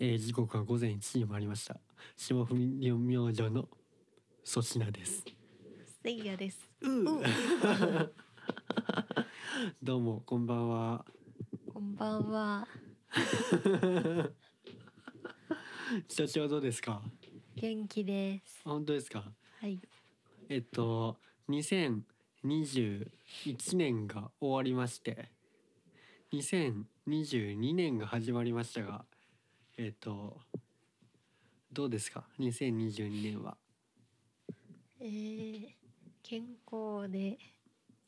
えー時刻は午前1時を回りました霜降り明星の粗品ですせいやです。どうもこんばんは こんばんは。社長どうですか元気です。本当ですかはい。えっと2021年が終わりまして2022年が始まりましたがえっとどうですか2022年はえー、健康で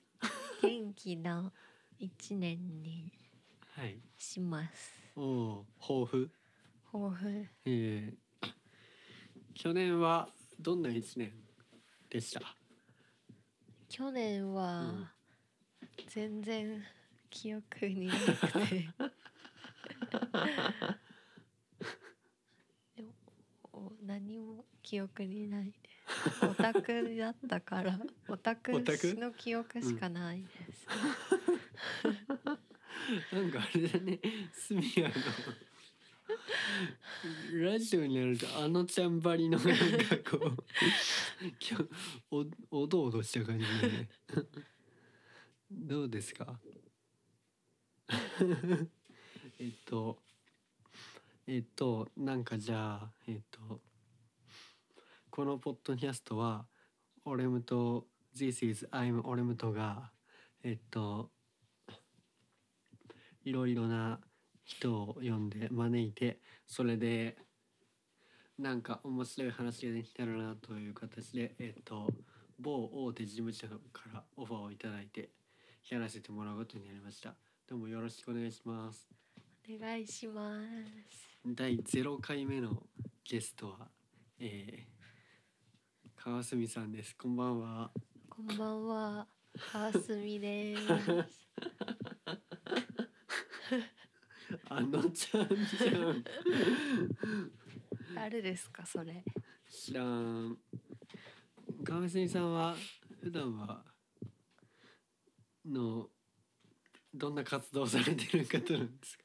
元気な一年にはいします。おお抱負抱負えー去年はどんな一年でした去年は全然記憶になく て。でもお何も記憶にないです。オタクだったから オタクオタクの記憶しかないです。 なんかあれだねスミヤのラジオになるとあのちゃんばりのなんかこうきょおおどおどした感じだねどうですか えっとえっとなんかじゃあえっとこのポッドキャストはオレムと This is I'm オレムとがえっといろいろな人を呼んで招いてそれでなんか面白い話ができたらなという形で、えっと、某大手事務所からオファーをいただいてやらせてもらうことになりましたどうもよろしくお願いしますお願いします。第0回目のゲストは、えー、川澄さんですこんばんはこんばんは、川澄です。あのちゃんじゃん誰ですか、それ。知らん川澄さんは普段はのどんな活動をされてる方なんですか、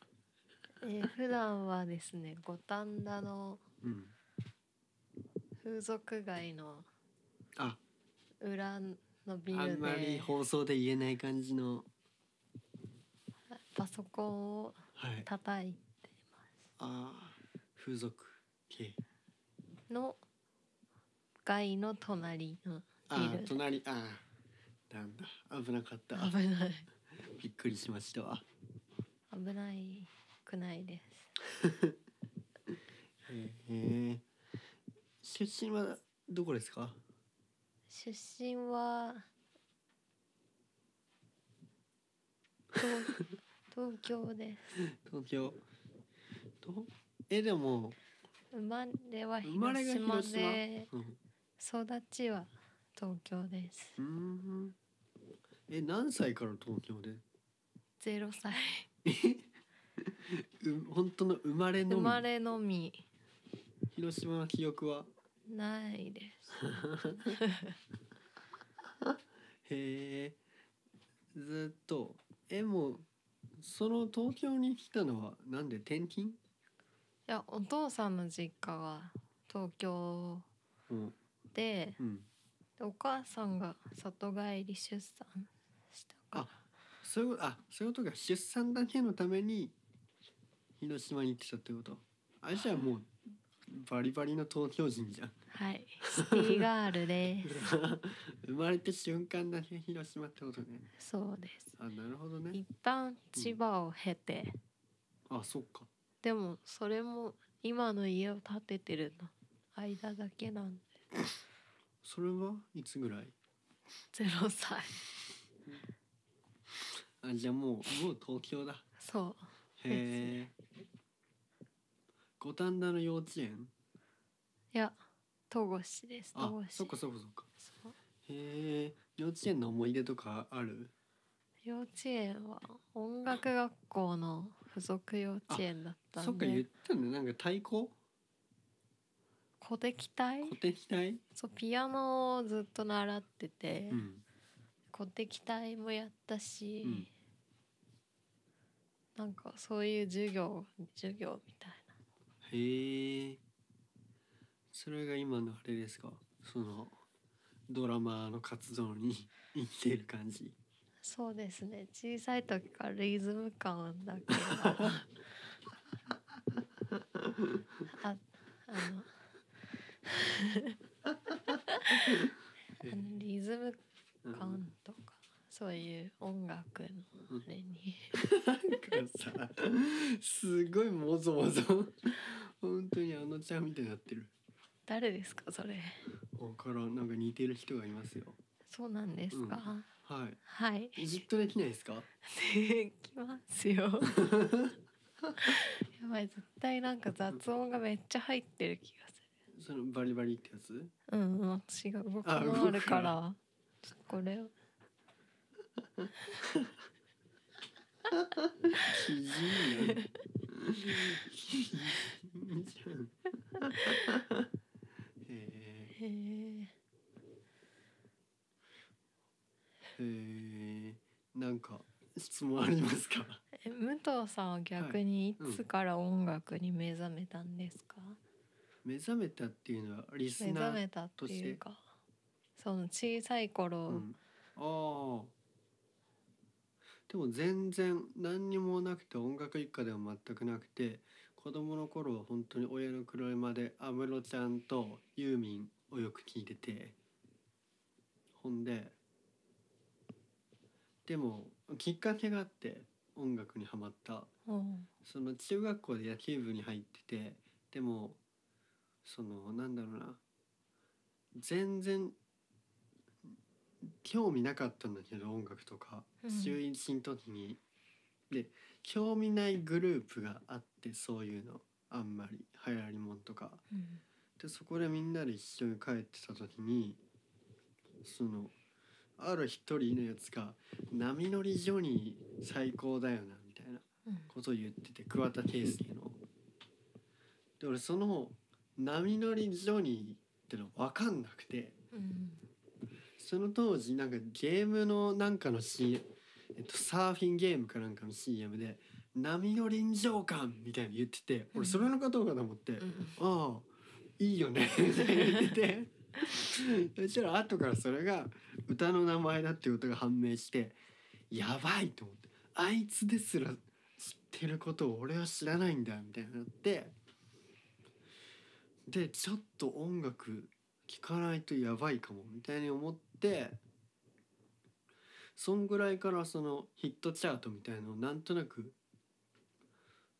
えー普段はですね、五反田のうん、風俗街のあ裏のビあんルまりで。放送で言えない感じのパソコンをはい叩いあー風俗系の。街の隣のビあルーで。隣あーなんだ危なかった危ない。びっくりしましたわ、危ないくないです。へえ出身はどこですか出身は東東京です東京とえでも生まれは生まれが広島広島でうん育ちは東京ですうーんえ何歳から東京でゼロ歳う本当の生まれの生みまれのみ広島の記憶 はないですへえずっとえもうその東京に来たのはなんで転勤いやお父さんの実家が東京うん、でうん、でお母さんが里帰り出産したからあそういうことあそういうことか出産だけのために広島に来てたってことあじゃあもうバリバリの東京人じゃんはいシティガールです 生まれた瞬間だけ広島ってことねそうです あなるほどね一旦千葉を経て、あそっかでもそれも今の家を建ててるの間だけなんでそれはいつぐらいゼロ歳あじゃあもうもう東京だそうへえ五反田の幼稚園いや戸越ですあ戸越そっかそっかそっかそうへえ幼稚園の思い出とかある幼稚園は音楽学校の附属幼稚園だったそっんか言っでたねなんか太鼓鼓笛隊古典隊そうピアノをずっと習ってて、うん鼓笛隊もやったし、うんなんかそういう授業授業みたいなへへえそれが今のあれですかそのドラマーの活動に 生きている感じそうですね小さい時からリズム感だ けはああのあのリズムうん感とかそういう音楽のあれになんかさすごいもぞもぞ本当にあのちゃんみたいになってる誰ですかそれわからんなんか似てる人がいますよそうなんですか、うんははいいじっとできない ですかできますよやばい絶対なんか雑音がめっちゃ入ってる気がすそのバリバリってやつるうん私が動きあ回動くるかかららちょっとこれをひじいな ひじいじゃんへへええへえなんか質問あります かえ武藤さんは逆にいうんつから音楽に目覚めたんですか、目覚めたっていうのはリス目ナ覚ーめたっていうかその小さい頃、うん、ああでも全然何にもなくて音楽一家では全くなくて子供の頃は本当に親の車で安室ちゃんとユーミンをよく聴いててほんででもきっかけがあって音楽にはまったうんその中学校で野球部に入っててでもそのなんだろうな全然興味なかったんだけど音楽とか、うん週一の時にで興味ないグループがあってそういうのあんまり流行りもんとかうんでそこでみんなで一緒に帰ってた時にそのある一人のやつが「波乗りジョニー最高だよな」みたいな。うんことを言ってて桑田佳祐の。で俺その「波乗りジョニー」っての分かんなくてうんその当時なんかゲームのなんかの CM、えっと、サーフィンゲームかなんかの CM で「波乗り臨場感」みたいに言ってて俺それのかどうかと思って「うんああいいよね」 みたいに言っててそしたら後からそれが歌の名前だっていうことが判明してやばいと思ってあいつですら知ってることを俺は知らないんだみたいになってでちょっと音楽聴かないとやばいかもみたいに思ってそんぐらいからそのヒットチャートみたいのをなんとなく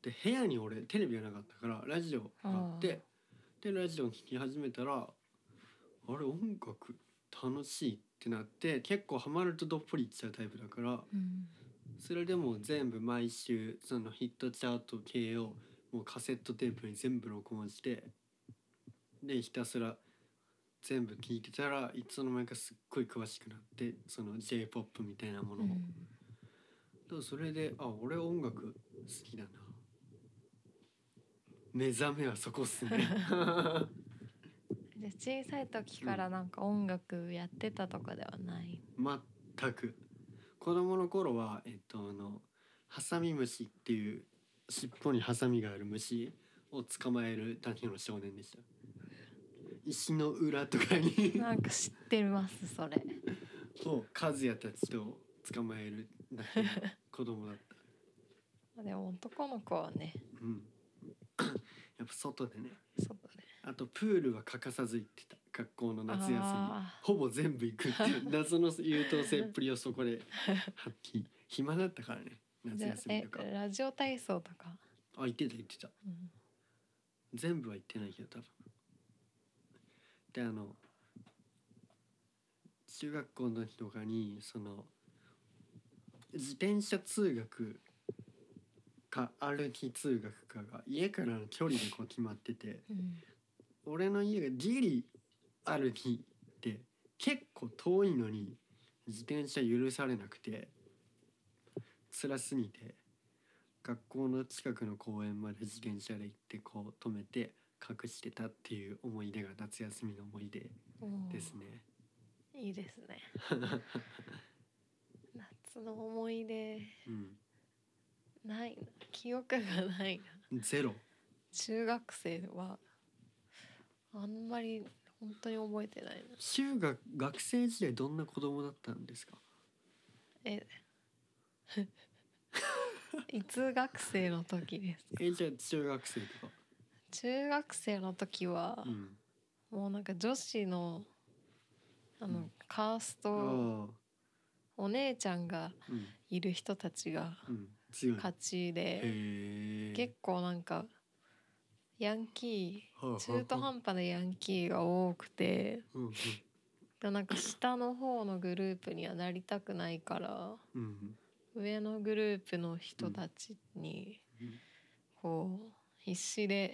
で部屋に俺テレビがなかったからラジオがあってでラジオ聴き始めたらあれ音楽楽しいってなって結構ハマるとどっぷりいっちゃうタイプだからうんそれでもう全部毎週そのヒットチャート系をもうカセットテープに全部録音してでひたすら全部聞いてたらいつの間にかすっごい詳しくなってその j p o p みたいなもうのを、だかんらそれであ俺音楽好きだな目覚めはそこっすね じゃあ小さい時からなんか音楽やってたとかではない。全く子供の頃はえっとあのハサミムシっていう尻尾にハサミがある虫を捕まえるだけの少年でした石の裏とかになんか知ってますそれ。を和也たちと捕まえるだけの子供だった、でも男の子はね、うん、 やっぱ外でねそうだね。あとプールは欠かさず行ってた学校の夏休みあほぼ全部行くっていう謎の優等生っぷりをそこで発揮暇だったからねー夏じゃあ休みえとかラジオ体操とか。あ行ってた行ってたうん全部は行ってないけど多分であの中学校の時とかにその自転車通学か歩き通学かが家からの距離でこう決まっててうん俺の家がギリ歩きって結構遠いのに自転車許されなくて辛すぎて学校の近くの公園まで自転車で行ってこう止めて隠してたっていう思い出が夏休みの思い出おーですね。いいですね。 夏の思い出うん、ないな記憶がないな。ゼロ中学生はあんまり本当に覚えてないな中学学生時代どんな子供だったんですかえいつ学生の時ですえじゃあ中学生とか中学生の時はう、んもうなんか女子のあの、うんカースああトお姉ちゃんがうんいる人たちがうん強い勝ちで、へえ結構なんかヤンキ構ー中途半端なヤンキーが多くてうんでもなんか下の方のグループにはなりたくないからうんうん上のグループの人たちにうんこう必死で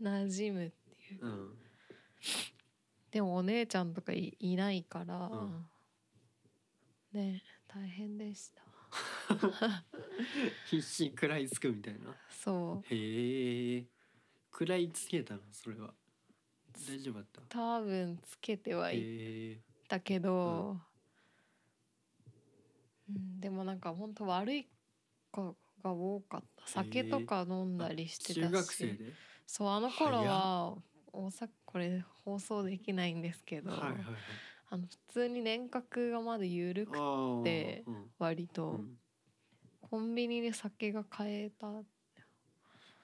馴染むっていううか、んでもお姉ちゃんとかいいないから、うんね大変でした必死に食らいつくみたいなそうへえ食らいつけたのそれは大丈夫だっ多分つけてたはいへてえだけど、うん、でもなんか本当悪い子が多かった酒とか飲んだりしてたし、中学生でそうあの頃は大阪これ放送できないんですけど、はいはいはいあの普通に年賀がまだ緩くあーでうん割とうんコンビニで酒が買えた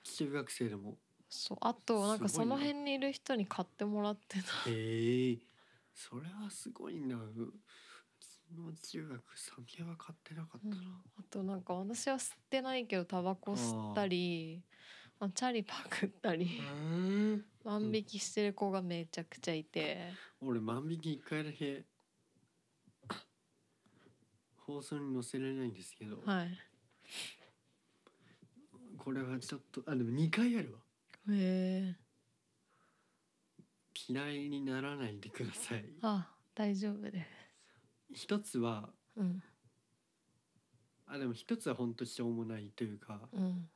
中学生でもそうあとなんかすごそいなの辺にいる人に買ってもらってた へえそれはすごいなうちの中学酒は買ってなかったな、あとなんか私は吸ってないけどタバコ吸ったりあチャリパクったりうん、万引きしてる子がめちゃくちゃいて、俺万引き一回だけ放送に載せられないんですけど、はいこれはちょっとあでも2回あるわへえ嫌いにならないでくださいあ大丈夫です一つはうんあでも一つは本当しょうもないというかうん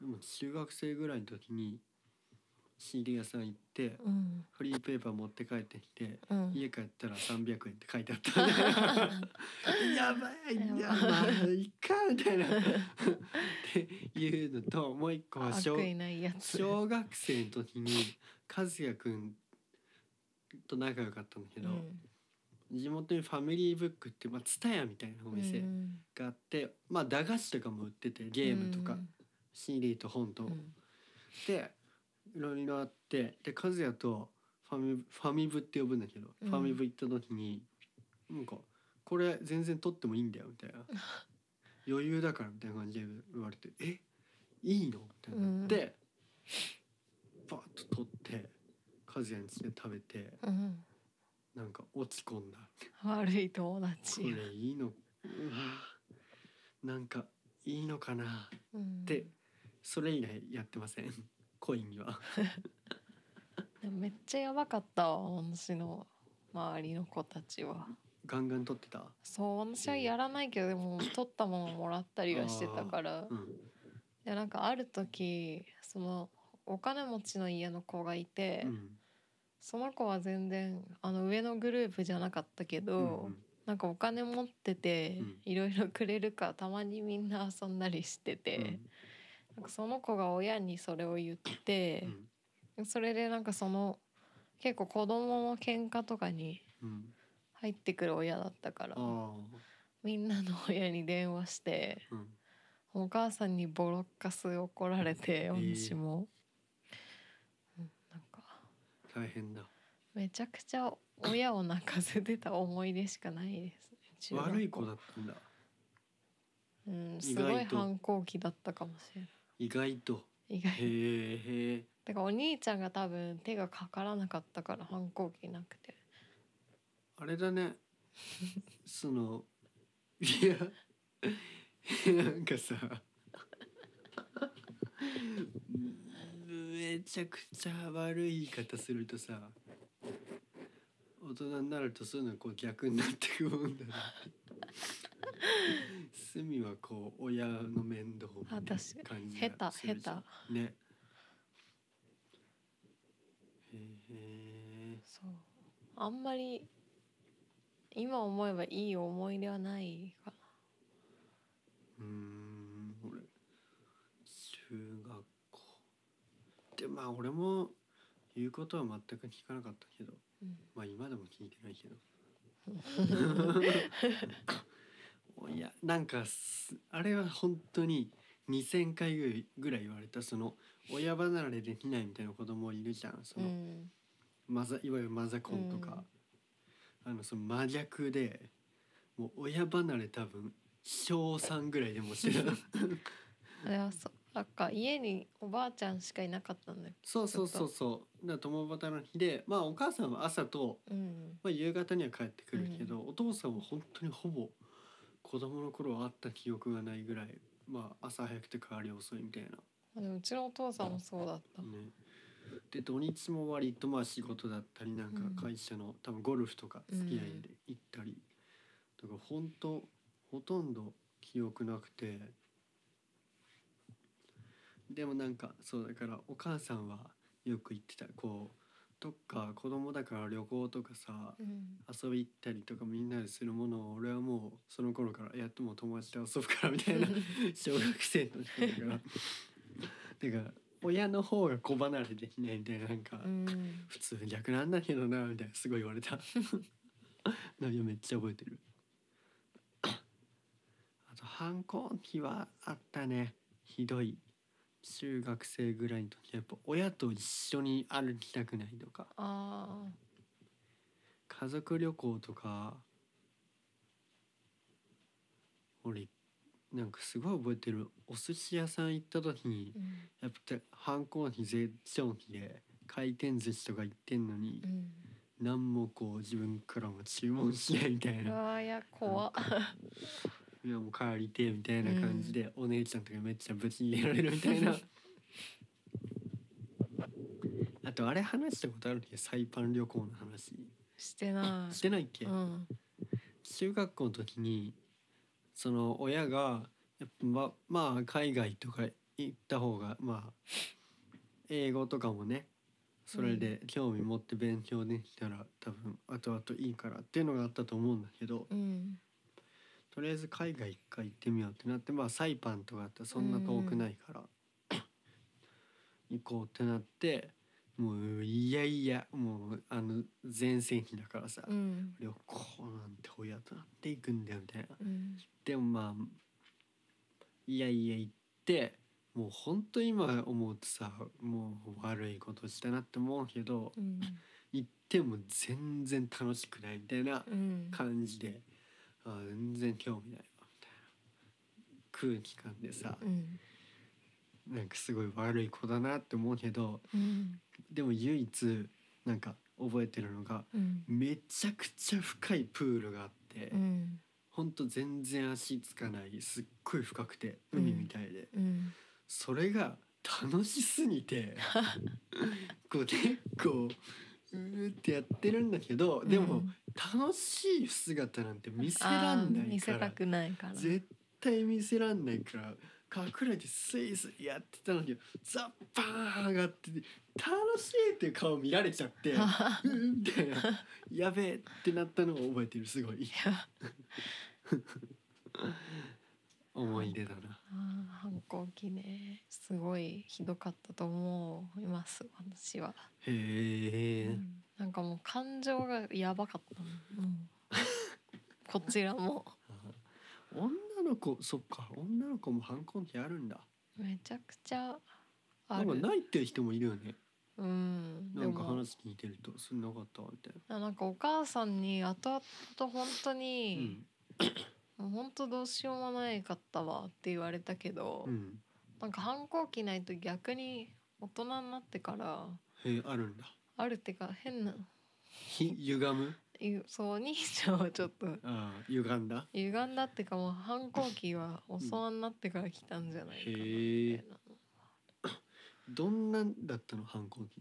でも中学生ぐらいの時に CD 屋さん行ってうんフリーペーパー持って帰ってきてうん 家帰ったら300円って書いてあった やばいややばいばいいかみたいなっていうのともう一個は小悪意ないやつ小学生の時に和也くんと仲良かったんだけうど、ん地元にファミリーブックってまあ蔦屋みたいなお店うんがあって、まあ駄菓子とかも売っててゲームとか、CD と本と、うんうんでいろいろあってで和也とファミファミブって呼ぶんだけど、うんファミブ行った時になんか「これ全然取ってもいいんだよ」みたい な「余裕だから」みたいな感じで言われて「えいいの?」みたいになって、バーッと取って和也にして食べてうんなんか落ち込んだ悪い友こ達れいいのうわなんかいいのかなうんでそれ以来やってませんコインには。でもめっちゃやばかったわ私の周りの子たちはガンガン取ってた。そう私はやらないけどでも取ったものもらったりはしてたからうん。いやなんかある時そのお金持ちの家の子がいて、うんその子は全然あの上のグループじゃなかったけど、うんなんかお金持っててうんいろいろくれるからたまにみんな遊んだりしてて、なんかその子が親にそれを言ってう、んそれでなんかその結構子供の喧嘩とかにうん入ってくる親だったからああみんなの親に電話して。うんお母さんにボロッカス怒られてー私も、うんなんか大変だめちゃくちゃ親を泣かせてた思い出しかないですね悪い子中だったんだ学校うん意す外とごい反抗期だったかもしれな意外とい意へ外えへえだからお兄ちゃんが多分手がかからなかったから反抗期なくてあれだねそのいやなんかさめちゃくちゃ悪い言い方するとさ大人になるとそういうのこう逆になってくもんだな隅はこう親の面倒みたいな感じがするじゃんあ確ねへえそうあんまり今思えばいい思い出はないかうーん俺中学校でまあ俺も言うことは全く聞かなかったけどうんまあ今でも聞いてないけど いやなんかすあれは本当に2,000回ぐらいぐらい言われたその親離れできないみたいな子供いるじゃんそうの、んマザいわゆるマザコンとか、あのその真逆でもう親離れ多分小3ぐらいでもしてたいやそなんか家におばあちゃんしかいなかったんだよ、そうそうそうそうだから共働きでまあお母さんは朝と、うん、まあ、夕方には帰ってくるけど、お父さんは本当にほぼ子供の頃は会った記憶がないぐらいまあ朝早くて帰り遅いみたいなでもうちのお父さんもそうだった、ね、で土日も割とまあ仕事だったりなんかうん会社の、多分ゴルフとか好きなうん家で行ったり、だから本当ほとんど記憶なくてでもなんかそうだからお母さんはよく行ってたこうどっか子供だから旅行とかさうん、遊び行ったりとかみんなでするものを俺はもうその頃からやっともう友達と遊ぶからみたいな小学生の時だからてか親の方が子離れできないみたいななんか、 うん、普通逆なんだけどなみたいなすごい言われた内容めっちゃ覚えてるあと反抗期はあったねひどい中学生ぐらいの時やっぱ親と一緒に歩きたくないとかあ家族旅行とか俺なんかすごい覚えてるお寿司屋さん行った時にー、うんやっぱ反抗期絶頂期で回転寿司とか行ってんのにうん、何もこう自分からも注文しないみたいうなわーいや怖っいやもう帰りてえみたいな感じでお姉ちゃんとかめっちゃぶち入れられるみたいなあとあれ話したことあるっけサイパン旅行の話してないしてないっけ、うん中学校の時にその親がやっぱままあ海外とか行った方がまあ英語とかもねそれで興味持って勉強できたら多分後々いいからっていうのがあったと思うんだけどうんとりあえず海外一回行ってみようってなってまあサイパンとかだったらそんな遠くないから行こうってなってもういやいやもうあの全盛期だからさうん旅行なんて親となんて行くんだよみたいなうんでもまあいやいや行ってもうほんと今思うとさもう悪いことしたなって思うけどうん行っても全然楽しくないみたいなうん感じで、あー全然興味ないわみたいな空気感でさうんなんかすごい悪い子だなって思うけどうんでも唯一なんか覚えてるのがうんめちゃくちゃ深いプールがあって。うんほんと全然足つかないすっごい深くてうん海みたいで、うんそれが楽しすぎ てこう結構うーってやってるんだけどでも楽しい姿なんて見せらんあーない見かせらたくないから絶対見せらんないから隠れてスイスイやってたのにザッパーン上がってて楽しいっていう顔見られちゃ って。うーみたいなやべえってなったのを覚えてるすごいや思い出だなああ反抗期ねすごいひどかったと思います私は、へえ、うんなんかもう感情がやばかっ たもんもうこちらも女の子そっか女の子も反抗期あるんだめちゃくちゃあなんかるないっていう人もいるよねうんなんかでも話聞いてるとそんなかったみたいなあなんかお母さんに後々本当うに、んもう本当どうしようもないかったわって言われたけど、うんなんか反抗期ないと逆に大人になってからへえあるんだあるってか変なひ歪むいうそう兄ちゃんはちょっとああ歪んだ歪んだってかもう反抗期はお世話になってから来たんじゃないかなへみえたいな。どんなんだったの反抗期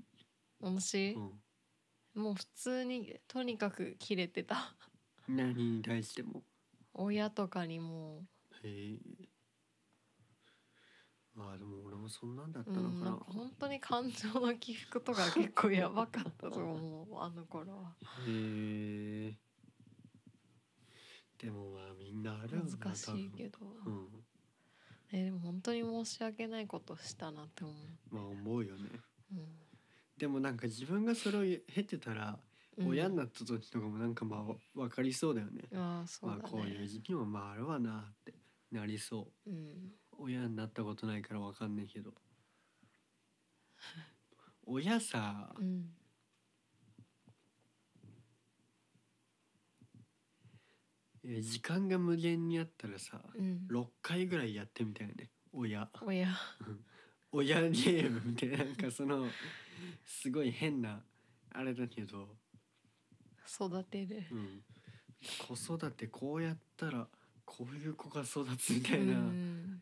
私、うんもう普通にとにかく切れてた何に対しても親とかにもへえまあでも俺もそんなんだったう、うのかん、ななんか本当に感情の起伏とか結構やばかったと思うあの頃はへえでもまあみんなあるよな難しいけど、多分うんえでも本当に申し訳ないことしたなって思う、まあ思うよねでもなんか自分がそれを経てたら、うん親になった時とかもなんかまあ分かりそうだよねああそうまだあね、こういう時期もまああるわなってなりそううん、親になったことないから分かんないけ ど親さうん、え時間が無限にあったらさうん6回ぐらいやってみたいよね親親親ゲームみたいななんかそのすごい変なあれだけど、育てるうん、子育てこうやったらこういう子が育つみたういな、ん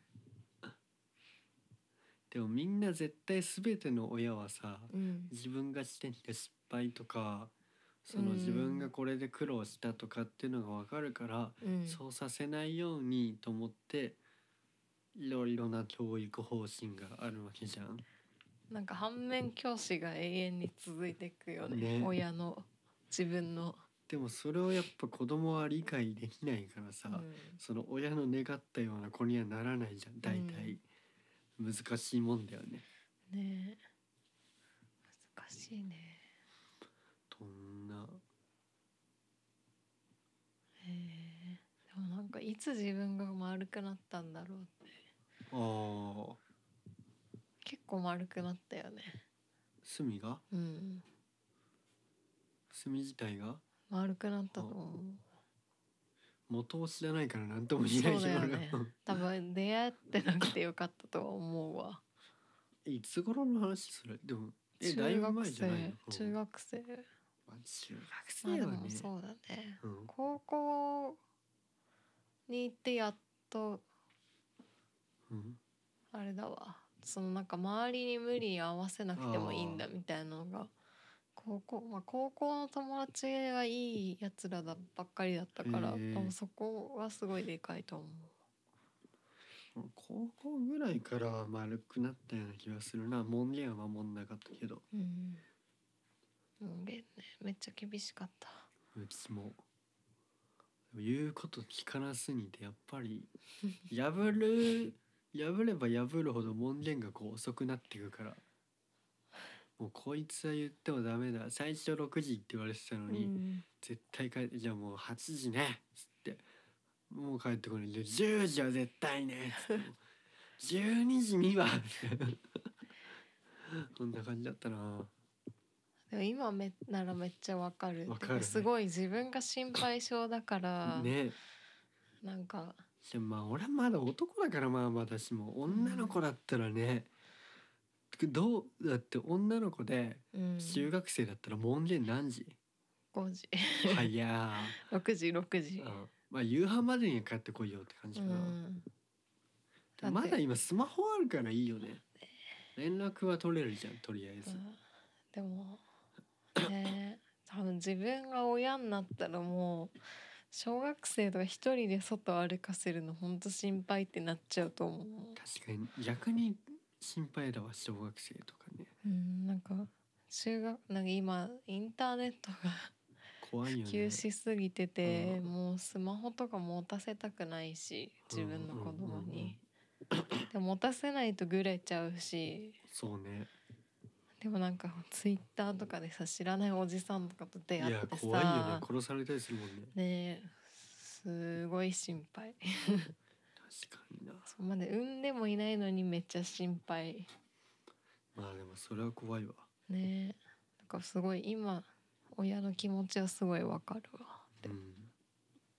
でもみんな絶対全ての親はさうん自分がしてきた失敗とかそのうん自分がこれで苦労したとかっていうのが分かるから、うんそうさせないようにと思っていろいろな教育方針があるわけじゃん。なんか反面教師が永遠に続いていくよねね親の自分の、でもそれをやっぱ子供は理解できないからうさ、ん、その親の願ったような子にはならないじゃん大体、難しいもんだよね。ねえ難しいねどんなへえでもなんかいつ自分が丸くなったんだろうってあー結構丸くなったよね隅がうん隅自体が丸くなったと思う元を知らないから何とも言えなそいうしだよ俺ねは多分出会ってなくてよかったとは思うわ いつ頃の話それでもえだい中ぶ学前じゃない生の中学生うん中学まあ生でだもね、そうだねうん、高校に行ってやっとうん、あれだわそのなんか周りに無理に合わせなくてもいいんだあーみたいなのが高校まあ高校の友達がいいやつらだばっかりだったからへー多分そこはすごいでかいと思う高校ぐらいからは丸くなったような気がするな門限は守んなかったけどうん門限ねめっちゃ厳しかったうちもでも言うこと聞かなすぎてやっぱり 破る破れば破るほど門限がこう遅くなっていくからもうこいつは言ってもダメだ最初6時って言われてたのに、うん絶対帰ってじゃあもう8時ねっつってもう帰ってこないで10時は絶対ねっつって12時にはこんな感じだったなでも今めならめっちゃわかるわかるねすごい自分が心配性だから、ねなんかじゃあまあ俺はまだ男だからまあ私も女の子だったらね、どうだって女の子でうん中学生だったら門限何時、 5時 早いや6時6時ー、うんまあ夕飯までには帰ってこいよって感じうかな、んでもだっまてだ今スマホあるからいいよね連絡は取れるじゃんとりあえず、でもね多分自分が親になったらもう小学生とか一人で外歩かせるのほんと心配ってなっちゃうと思う、確かに逆に心配だわ小学生とかねうん、なんか中学なんか今インターネットが怖いよね普及しすぎてて、うんもうスマホとか持たせたくないし自分の子供に、でも持たせないとぐれちゃうしそうねでもなんかツイッターとかでさ知らないおじさんとかとい出会っやてさ怖いよね殺されたりするもんねねえすごい心配確かになそうまだ産んでもいないのにめっちゃ心配まあでもそれは怖いわねえなんかすごい今親の気持ちはすごいわかるわうん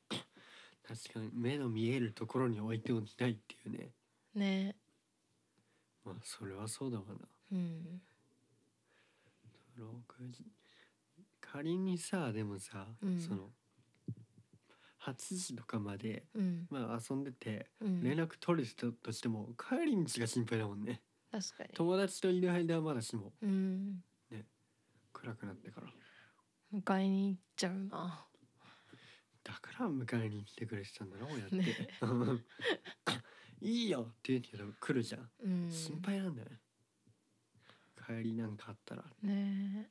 確かに目の見えるところに置いておきたいっていうねねまあそれはそうだわなえうん6時仮にさでもさ、うんその8時とかまでうん、まあ遊んでてうん、連絡取れてたとしても帰り道が心配だもんね確かに友達といる間はまだしもうん暗くなってから迎えに行っちゃうなだから迎えに来てくれてたんだろうやって、ね いいよって言うけど来るじゃんうん心配なんだよね帰りなんかあったらね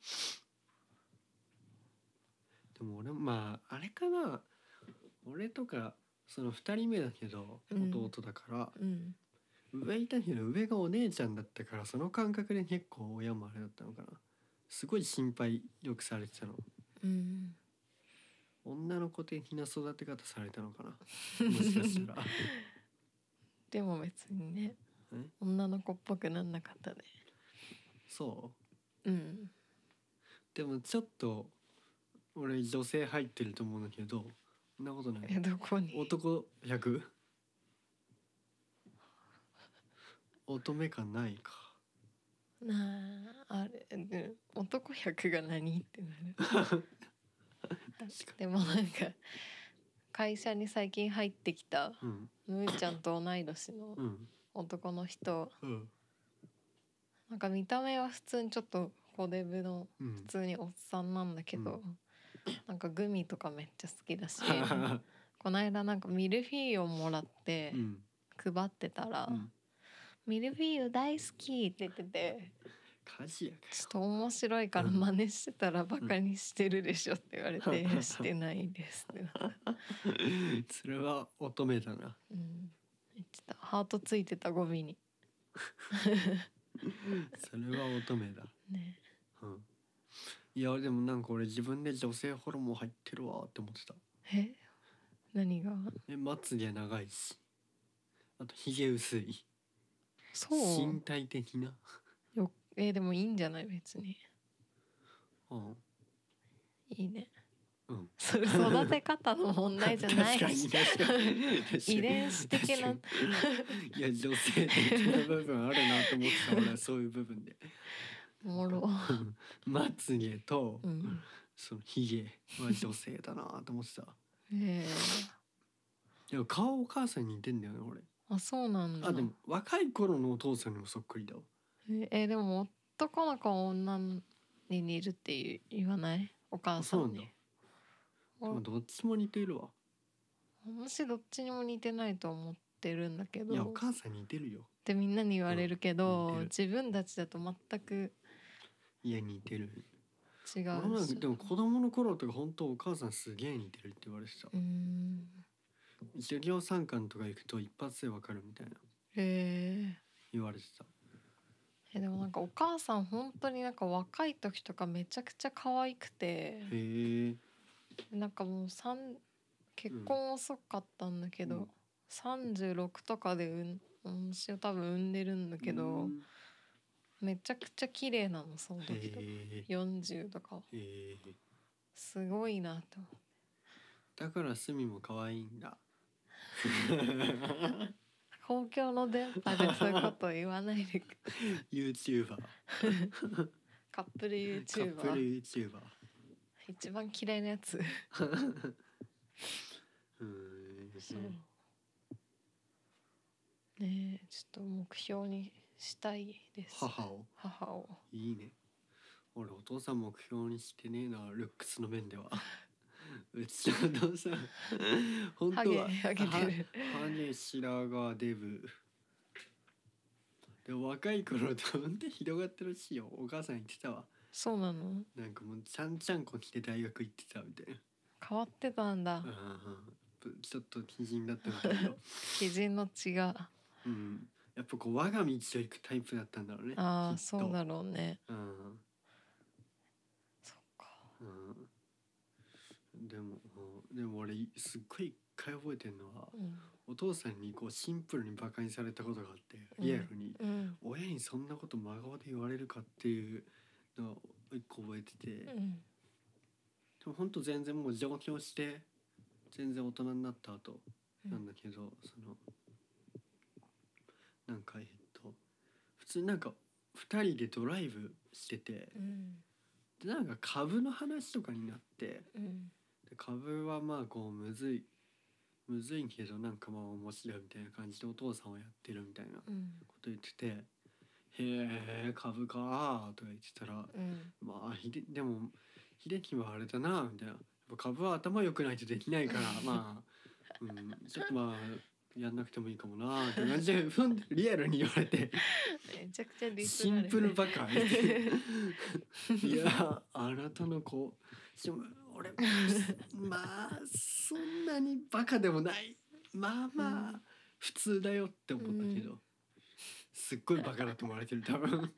でも俺まああれかな俺とかその2人目だけどうん弟だから、えうん上いたけど上がお姉ちゃんだったからその感覚で結構親もあれだったのかなすごい心配よくされてたのうん女の子的な育て方されたのかなもしかしたら でも別にねえ女の子っぽくなんなかったねそううんでもちょっと俺女性入ってると思うんだけどそんなことないえどこに男 100? 乙女感ないかなああれうん男100が何ってなるでもなんか会社に最近入ってきたうんむーちゃんと同い年のうん男の人うんなんか見た目は普通にちょっと小デブのうん普通におっさんなんだけど、うなんかグミとかめっちゃ好きだしこの間なんかミルフィーユをもらってうん配ってたら「うんミルフィーユ大好き!」って言ってて家事やかちょっと面白いからうん真似してたらバカにしてるでしょって言われてう「ん してないです」ってなって、よそれは乙女だなうん、言ってたハートついてたゴミにそれは乙女だねうんいやでもなんか俺自分で女性ホルモン入ってるわって思ってたえ何がえまつげ長いしあとひげ薄いそ身う体的なよえでもいいんじゃない別にうんいいねうんそれ育て方の問題じゃな い確かに確かに確かに遺伝子的な確かにいや女 性的な部分あるなと思ってた俺はそういう部分でおもろ、うんまつげと、うん、そのひげは女性だなと思ってたええでも顔お母さんに似てんだよね俺あそうなんだあでも若い頃のお父さんにもそっくりだわええでも男の子は女に似るっていう言わないお母さんそうなんにだでもどっちも似てるわ私どっちにも似てないと思ってるんだけいやおどっ母さん似てるよてみんなに言われるけうんど、似自分たちだと全くいや似てる違俺もうなんかしでも子供の頃とか本当お母さんすげえ似てるって言われてたうーん授業参観とか行くと一発でわかるみたいなえ言われてたええでもなんかお母さん本当になんか若い時とかめちゃくちゃ可愛くてへえなんかもう三結婚遅かったんだけうんど、36とかでうん私を多分産んでるんだけど、うんめちゃくちゃ綺麗なのそのへ時とかえ40とかはへえすごいなと思ってだからスミも可愛いんだ公共の電波でそういうこと言わないで YouTuber カップルカップル YouTuber YouTuber 一番嫌いなやつ、うーそんうねえちょっと目標にしたいです母を母をいいね俺お父さん目標にしてねえなルックスの面ではうちのお父さん本ハ当ゲはハゲてるはハゲ白髪デブで若い頃とんで広がってるらしいよお母さん言ってたわそうなのなんかもうちゃんちゃんこ着て大学行ってたみたい変わってたん な、だうんうん、ちょっと基人だったみたいだけど、基準の血がうん、やっぱこう我が道を行くタイプだったんだろうねあきあっとそうだろうねうんそっかうんでも、うんでも俺すっごい一回覚えてるのはうんお父さんにこうシンプルにバカにされたことがあってうんリアルに、うん親にそんなこと真顔で言われるかっていうのを一個覚えてて、うでんもほんと全然もう上京して全然大人になった後なんだけど、そのなんかえっと普通になんか2人でドライブしててうんでなんか株の話とかになって。うんで株はまあこうむずいむずいけどなんかまあ面白いみたいな感じでお父さんをやってるみたいなこうんと言ってて「へえ株かー」とか言ってたらうん「まあひででも秀樹はあれだな」みたいな「やっぱ株は頭良くないとできない からまあ、うん、ちょっとまあやんなくてもいいかもな」って感じでふんリアルに言われてめちゃくちゃリスシナーンですプねルバカい やあなたの子しも俺まあそんなにバカでもないまあまあ普通だよって思ったけど、すっごいバカだと思われてる多分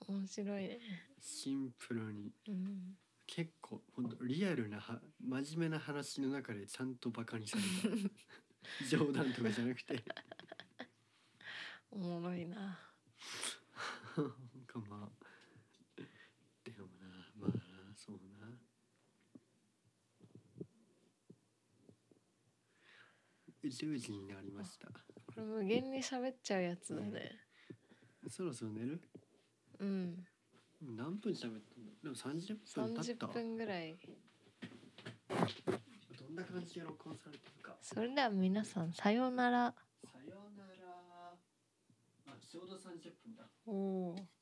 面白いね。シンプルにうん。結構本当リアルなは真面目な話の中でちゃんとバカにされた 冗談とかじゃなくておもろいな。なんかまあでもなまあなそうな10時になりましたこれ無限に喋っちゃうやつだね。そろそろ寝るうん。何分喋ったのでも30分三経十った分ぐらい。どんな感じで録音されてるかそれでは皆さんさようなら。さようならあちょうど30分だおお。